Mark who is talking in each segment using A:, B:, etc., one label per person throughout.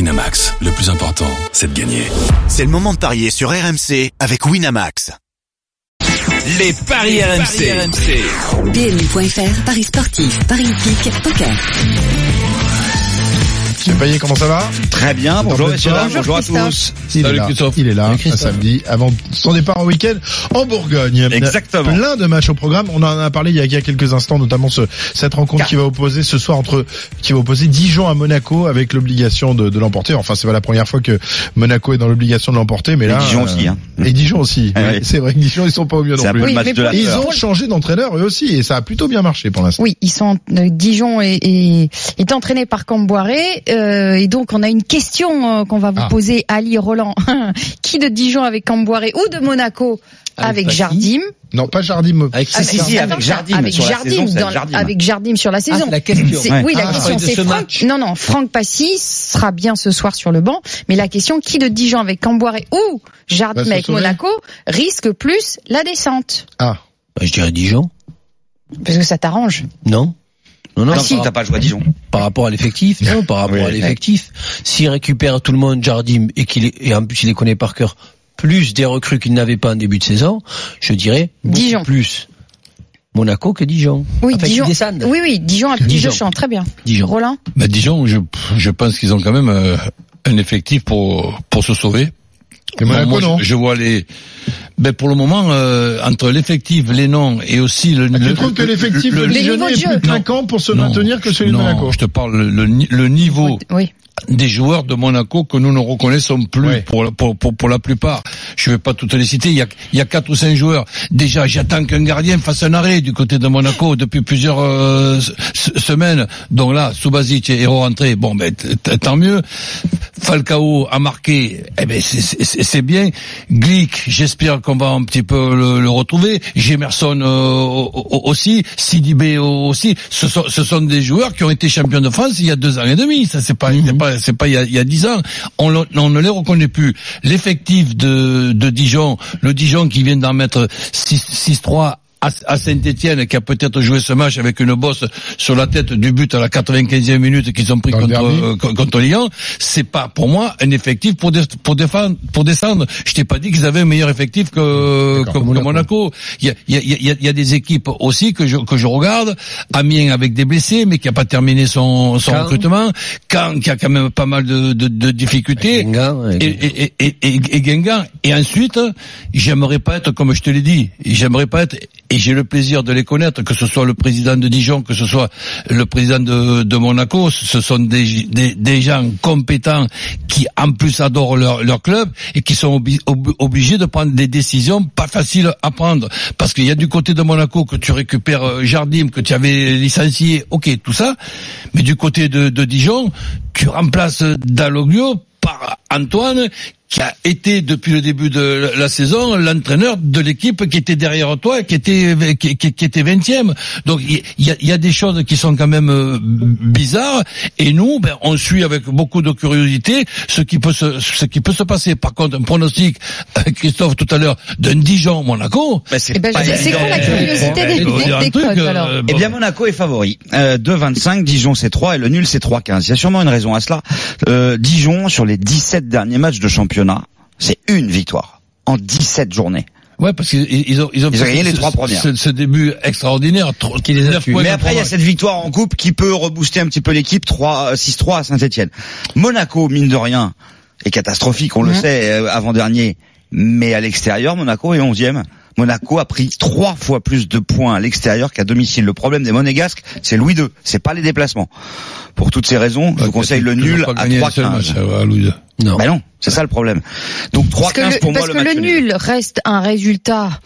A: Winamax, le plus important, c'est de gagner.
B: C'est le moment de parier sur RMC avec Winamax.
C: Les paris, RMC.
D: PMU.fr, Paris sportif, Paris hippique, poker.
E: Monsieur Payet, comment ça va
F: Très bien, bonjour
E: Dans
F: messieurs,
E: le
F: dames,
E: temps.
F: bonjour à tous.
E: il est,
C: Salut,
E: là,
C: Christophe.
E: il est là,
F: Salut, Christophe.
E: un samedi, avant son départ en week-end en Bourgogne.
F: Exactement.
E: Plein de matchs au programme. On en a parlé il y a, il y a quelques instants, notamment ce, cette rencontre
F: Car-
E: qui va opposer ce soir entre, qui va opposer Dijon à Monaco avec l'obligation de, de l'emporter. Enfin, c'est pas la première fois que Monaco est dans l'obligation de l'emporter, mais
F: Et
E: là.
F: Dijon
E: euh,
F: aussi, hein.
E: Et Dijon aussi.
F: Ah
E: Ouais,
F: ouais.
E: C'est vrai que Dijon, ils sont pas au mieux
F: C'est
E: non
F: un peu
E: plus.
F: le match de la
E: Ils
F: peur.
E: ont changé d'entraîneur eux aussi, et ça a plutôt bien marché pour l'instant.
G: Oui, ils sont euh, Dijon est, est, est entraîné par Camboiré euh, et donc on a une question euh, qu'on va vous
E: Ah.
G: poser Ali Roland. qui de Dijon avec Camboiré ou de Monaco avec, Jardim
E: Non, pas Jardim.
C: Avec
F: Ah, si, si, avec
G: Attends,
F: Jardim.
G: avec
F: sur la
G: Jardim
F: saison, c'est
G: dans-
F: avec Jardim. Ah,
G: avec Jardim sur la saison.
C: Ah, la question.
G: C'est-
F: Ouais.
G: Oui, la
E: Ah,
G: question
C: de
G: c'est
C: ce
G: Franck.
C: match.
G: Non, non, Franck Passy sera bien ce soir sur le banc, mais la question qui de Dijon avec Camboiré ou Jardim
E: Va
F: Bah,
E: se
G: avec
E: sauver.
G: Monaco risque plus la descente
E: Ah.
C: je dirais Dijon.
G: parce que ça t'arrange.
C: Non. Non, non,
F: Non,
C: par,
F: si, t'as pas joué à Dijon.
C: par rapport à l'effectif. Non, par rapport
F: Oui,
C: à
F: ouais.
C: l'effectif. S'il récupère tout le monde, Jardim, et qu'il est- et en plus il les connaît par cœur, plus des recrues qu'il n'avait pas en début de saison, je dirais beaucoup
G: Dijon.
C: plus Monaco que Dijon.
G: Oui,
C: Enfin, qu'ils
G: Dijon.
C: descendent.
G: Oui, oui, Dijon a petit
C: Dijon.
G: jeu champ, très bien.
C: Dijon.
G: Roland.
H: Bah, Dijon, je, je pense qu'ils ont quand même euh, un effectif pour pour se sauver.
E: Et
H: Bon,
E: Monaco,
H: moi,
E: non.
H: Je, je vois les. Ben pour le moment, euh, entre l'effectif, les noms et aussi le.
E: Ah,
H: le
E: tu trouves que
H: le-
E: l'effectif
H: le-
E: de
H: le-
E: Dijonais
G: niveau de
E: est plus
G: jeu.
E: clinquant pour se
H: non,
E: maintenir que celui de
H: non,
E: Monaco
H: Je te parle le, ni- le niveau
G: Oui.
H: des joueurs de Monaco que nous ne reconnaissons plus
E: Ouais.
H: pour, la- pour, pour, pour la plupart. Je vais pas toutes les citer. Il y a, il y a quatre ou cinq joueurs. Déjà, j'attends qu'un gardien fasse un arrêt du côté de Monaco depuis plusieurs euh, s- s- semaines. Donc là, Subasic est rentré. Bon, ben, t- t- tant mieux. Falcao a marqué. Eh ben, c'est- c'est c'est- c'est bien. Glick, j'espère qu'on va un petit peu le, le retrouver. Jemerson euh, au- au- aussi. Sidibé aussi. Ce sont, ce sont des joueurs qui ont été champions de France il y a deux ans et demi. Ça, c'est pas, c'est
E: Mhm.
H: pas, c'est pas il y a, il y a dix ans. On, le- on ne les reconnaît plus. L'effectif de, de Dijon, le Dijon qui vient d'en mettre 6-3 à, à Saint-Etienne, qui a peut-être joué ce match avec une bosse sur la tête du but à la 95e minute qu'ils ont pris
E: Dans le
H: contre,
E: derby.
H: euh, co- contre Lyon, c'est pas pour moi un effectif pour, dé- pour défendre, pour descendre. Je t'ai pas dit qu'ils avaient un meilleur effectif que, que,
E: D'accord.
H: que Monaco. Il y a, il y, a, il y, a, il y a des équipes aussi que je, que je regarde, Amiens avec des blessés, mais qui a pas terminé son, son
C: Caen.
H: recrutement, Caen qui a quand même pas mal de, de, de difficultés
C: Guingamp,
H: et, et, et, et, et Guingamp. Et ensuite, j'aimerais pas être comme je te l'ai dit. J'aimerais pas être, et j'ai le plaisir de les connaître, que ce soit le président de Dijon, que ce soit le président de, de Monaco. Ce sont des, des, des gens compétents qui, en plus, adorent leur, leur club et qui sont obli- ob- obligés de prendre des décisions pas faciles à prendre. Parce qu'il y a du côté de Monaco que tu récupères euh, Jardim, que tu avais licencié, ok, tout ça. Mais du côté de, de Dijon, tu remplaces Dalloglio par Antoine qui a été depuis le début de la saison l'entraîneur de l'équipe qui était derrière toi qui était qui, qui- qui était 20e. Donc il y a, il y a des choses qui sont quand même euh, bizarres et nous ben on suit avec beaucoup de curiosité ce qui peut se ce qui peut se passer. Par contre un pronostic avec Christophe tout à l'heure d'un Dijon Monaco
F: Bah, c'est
G: Eh ben,
F: pas
G: je- c'est
F: évident.
G: quoi la curiosité
H: Eh,
G: des,
H: on dirait un
G: des, des
H: truc,
G: codes,
H: euh,
G: alors
H: bon.
F: Eh bien, Monaco est favori. Euh, 2,25, Dijon c'est 3 et le nul c'est 3,15. Il y a sûrement une raison à cela. Euh, Dijon, sur les 17 derniers matchs de championnat, c'est une victoire. En 17 journées.
H: Ouais, parce qu'ils ils ont, ils ont,
F: Ils ont
H: fait
F: gagné les
H: ce-
F: trois premières.
H: Ce, ce début extraordinaire, tro- neuf points
F: Mais
H: de
F: après, il y a
H: progrès.
F: cette victoire en coupe qui peut rebooster un petit peu l'équipe 3, euh, 6-3 à Saint-Etienne. Monaco, mine de rien, est catastrophique, on
G: Mhm.
F: le sait, euh, avant-dernier. Mais à l'extérieur, Monaco est 11e. Monaco a pris trois fois plus de points à l'extérieur qu'à domicile. Le problème des Monégasques, c'est Louis II, c'est pas les déplacements. Pour toutes ces raisons, je vous conseille le
H: Ils ont
F: nul
H: pas
F: à
H: gagné un seul
F: 3-15.
H: match, euh, à Louis.
C: Non.
F: Bah non, c'est ça le problème. Donc
G: Parce que
F: 3-15
G: le,
F: pour moi
G: parce
F: le
G: que
F: match
G: le nul reste un résultat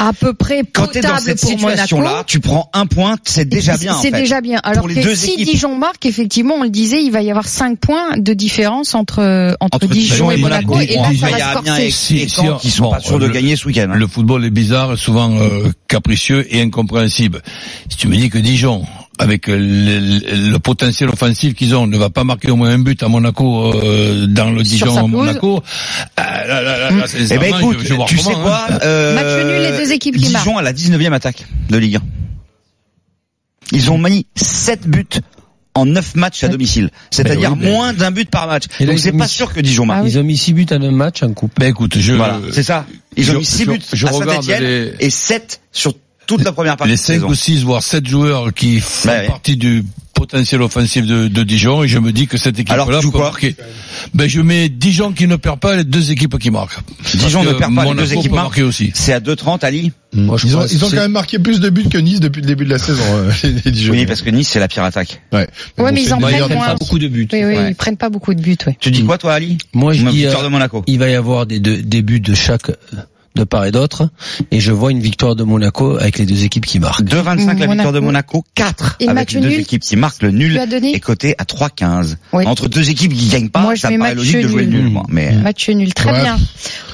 G: à peu près
F: Quand t'es
G: potable
F: dans cette
G: pour Monaco.
F: situation-là, tu prends un point, c'est déjà bien. en
G: C'est
F: fait.
G: déjà bien. Alors
F: les
G: que
F: deux
G: si
F: équipes.
G: Dijon marque, effectivement, on le disait, il va y avoir 5 points de différence entre, entre,
F: entre
G: Dijon et Monaco. Et là,
H: Dijon,
G: ça
F: il y a
G: va se
F: Amiens
G: corser.
F: et-
H: Si-
F: et
H: si
F: Caen
H: on-
F: qui sont
H: bon,
F: pas sûrs de
H: le-
F: gagner ce week-end. hein.
H: Le football est bizarre, souvent euh, capricieux et incompréhensible. Si tu me dis que Dijon, avec euh, le, le potentiel offensif qu'ils ont, ne va pas marquer au moins un but à Monaco euh, dans le
G: Sur sa
H: Dijon à
G: pelouse.
H: Monaco, euh, là, là, là, là,
F: Eh ben
H: sincèrement,
F: écoute,
H: je- je vois
F: tu sais
H: comment, hein.
F: quoi euh,
G: Match nul, les deux équipes qui
F: Dijon à la 19e attaque de Ligue 1. Ils ont mis 7 buts en 9 matchs à domicile. C'est-à-dire
C: oui, mais-
F: moins d'un but par match.
C: Et là,
F: Donc
C: ils
F: c'est
C: ont
F: pas
C: mis-
F: sûr que Dijon marque.
G: Ah oui.
C: Ils ont mis 6 buts en un match en coupe.
H: Ben écoute, je
F: Voilà, c'est ça. Ils ont
H: je-
F: mis 6
H: je-
F: buts
H: je
F: à
H: regarde
F: Saint-Etienne
H: les-
F: et 7 sur toute la première partie
H: les
F: de saison. Ben
H: 5 ou 6 voire 7 joueurs qui font
F: Ouais, ouais.
H: partie du potentiel offensif de, de Dijon et je me dis que cette équipe là
F: Alors, tu joues
H: peut
F: quoi
H: marquer. Ben je mets Dijon qui ne perd pas les deux équipes qui marquent.
F: Dijon
H: Parce
F: ne perd
H: que
F: pas les
H: Monaco
F: deux équipes
H: peut
F: marquent.
H: marquer aussi.
F: C'est à 2,30 Ali
C: Moi, je
E: ils ont,
C: pense
E: ils ont
C: que
E: quand même marqué plus de buts que Nice depuis le début de la saison, euh, les, les Dijonnais.
F: Oui, parce que Nice c'est la pire attaque.
E: Ouais,
G: Ouais, mais
E: c'est
G: ils en
E: le meilleur
G: prennent
E: des
G: moins.
E: frappes.
C: beaucoup de buts.
G: Oui, oui,
F: Ouais.
G: ils prennent pas beaucoup de buts, oui.
F: Tu dis quoi toi Ali
C: Moi, je
F: Une
C: dis,
F: victoire
C: euh,
F: de Monaco.
C: il va y avoir des deux, des buts de chaque, de part et d'autre. Et je vois une victoire de Monaco avec les deux équipes qui marquent.
F: 2,25 la victoire
G: Monaco.
F: de Monaco, 4
G: Et le
F: avec
G: match
F: les deux
G: nul,
F: équipes qui marquent le nul
G: Tu as donné
F: est coté à 3,15.
G: Oui.
F: Entre deux équipes qui gagnent pas,
G: Moi, je
F: ça
G: mets
F: me paraît
G: match
F: logique de jouer le
G: nul.
F: nul. moi. Mais
C: Mmh.
G: Match nul, très
E: Ouais.
G: bien.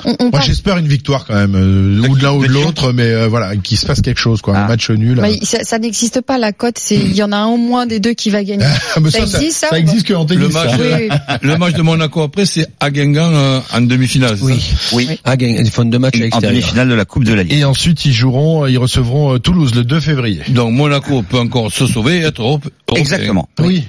G: On, on
E: Moi
G: parle-
E: j'espère une victoire quand même,
G: Bah,
E: euh, ou de l'un ou de
F: Dijon.
E: l'autre, mais euh, voilà, qu'il se passe quelque chose quoi,
F: Ah.
E: un match nul. euh.
G: Mais ça, ça n'existe pas la cote, c'est il y en a un au moins des deux qui va gagner.
E: Ah, mais
G: ça existe, ça, ou
E: ça existe qu'en tennis.
H: Le match,
E: ça.
G: Oui, oui.
H: le match de Monaco après c'est à Guingamp euh, en demi-finale. c'est
C: Oui.
F: oui,
C: Ah, gagne- ils font deux matchs à
F: en
C: l'extérieur.
F: demi-finale de la Coupe de la Ligue.
E: Et ensuite ils joueront, ils recevront euh, Toulouse le 2 février.
H: ça Donc Monaco peut encore se sauver et être Europe- européen.
F: Exactement.
E: Oui.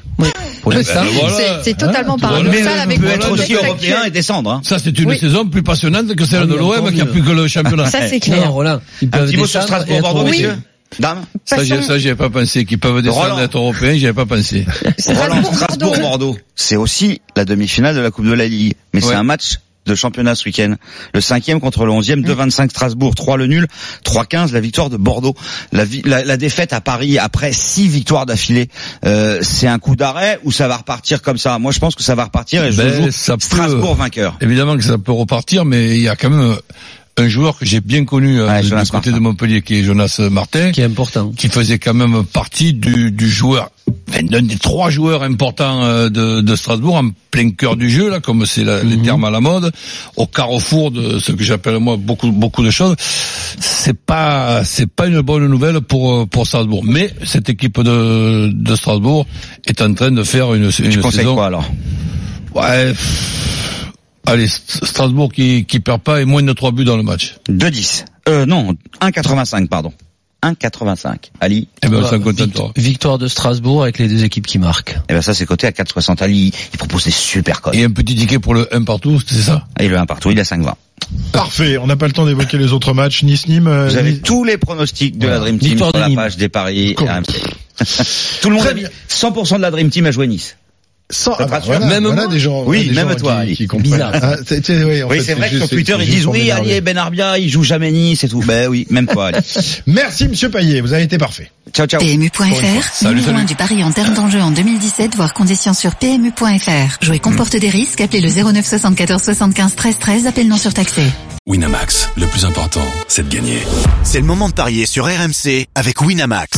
C: Pour l'instant,
H: Eh ben, voilà.
G: C'est- c'est totalement
C: Bah,
H: Voilà.
G: paradoxal
H: Mais
G: avec
F: euh, peut
H: peut
G: le
H: être
F: être
H: aussi
F: aussi
G: contexte
F: européen
G: actuel.
F: et descendre. hein.
H: Ça c'est une
G: Oui.
H: saison plus passionnante que celle
C: Ah oui,
H: de l'OM qui a
C: entendu.
H: plus que le championnat.
G: Ça c'est
C: Non,
G: clair.
C: Roland, ils
F: Un
C: peuvent
F: petit mot sur
C: descendre et
F: Strasbourg
C: être
F: Bordeaux,
C: européens.
F: messieurs. Dame.
H: Ça, j'ai- ça, j'y avais pas pensé qu'ils peuvent descendre
F: Roland.
H: et être européens, j'y avais pas pensé.
F: Roland, Strasbourg,
H: euh,
G: Strasbourg-Bordeaux.
F: Bordeaux. C'est aussi la demi-finale de la Coupe de la Ligue. Mais
H: Ouais.
F: c'est un match de championnat ce week-end. Le cinquième contre le
H: Mmh.
F: onzième, 2-25 Strasbourg, 3 le nul, 3-15 la victoire de Bordeaux. La, vi- la- la défaite à Paris après six victoires d'affilée, euh, c'est un coup d'arrêt ou ça va repartir comme ça Moi je pense que ça va repartir et je
H: Ben,
F: joue
H: ça peut. euh,
F: Strasbourg vainqueur.
H: Évidemment que ça peut repartir, mais il y a quand même euh, un joueur que j'ai bien connu euh,
F: Ouais,
H: du
F: Jonas
H: côté
F: Martin.
H: de Montpellier, qui est Jonas Martin,
C: qui est important.
H: qui faisait quand même partie du, du joueur, enfin, d'un des trois joueurs importants euh, de, de Strasbourg, en plein cœur du jeu, là, comme c'est la-
F: Mhm.
H: les termes à la mode, au carrefour de ce que j'appelle moi beaucoup beaucoup de choses. C'est pas c'est pas une bonne nouvelle pour euh, pour Strasbourg, mais cette équipe de, de Strasbourg est en train de faire une, une
F: Tu conseilles
H: saison
F: quoi alors
H: Ouais. pff, Allez, St- Strasbourg qui, qui perd pas et moins de 3 buts dans le match.
F: 2-10. Euh, non, 1,85 pardon. 1,85. Ali,
H: Eh ben, on
C: Bah,
H: s'en contentera.
C: vict- Victoire de Strasbourg avec les deux équipes qui marquent.
F: eh ben ça c'est coté à 4,60. Ali, il propose des super cotes.
H: Et un petit ticket pour le 1 partout, c'est ça?
F: Et le 1 partout, il est à 5,20.
E: Parfait. On n'a pas le temps d'évoquer les autres matchs. Nice Nîmes. euh,
F: Vous avez
E: Nice-
F: tous les pronostics de la Dream Team
C: Victoire
F: sur
C: de
F: la
C: Nîmes.
F: page des paris
E: Comment
F: RMC. Tout le monde
E: Très
F: a mis 100% de la Dream Team a joué Nice.
E: Sans,
F: Ça te
E: ah bah,
F: rassure
E: voilà,
C: Même
E: voilà
C: moi
E: des gens.
F: Oui,
E: des
F: même
E: gens
F: toi,
E: qui-
F: Ali.
E: qui comprennent.
C: Bizarre.
E: Ah, c'est- c'est- oui, en
F: oui,
E: fait,
F: c'est vrai que
E: juste-
F: sur Twitter,
E: c'est
F: ils
E: juste
F: disent
E: pour
F: oui,
E: m'énerver.
F: Ali et Benarbia, ils jouent jamais Nice et tout. Ben oui, même toi, Ali.
E: Merci Monsieur Payet. Vous avez été parfait.
F: Ciao, ciao.
D: PMU.fr,
H: Ah Salut,
D: numéro 1
H: salut.
D: du pari en termes d'enjeu en 2017, voire conditions sur PMU.fr. Jouer comporte des risques, appelez le 09 74 75 13 13, appel non surtaxé.
A: Winamax, le plus important, c'est de gagner.
B: C'est le moment de parier sur RMC avec Winamax.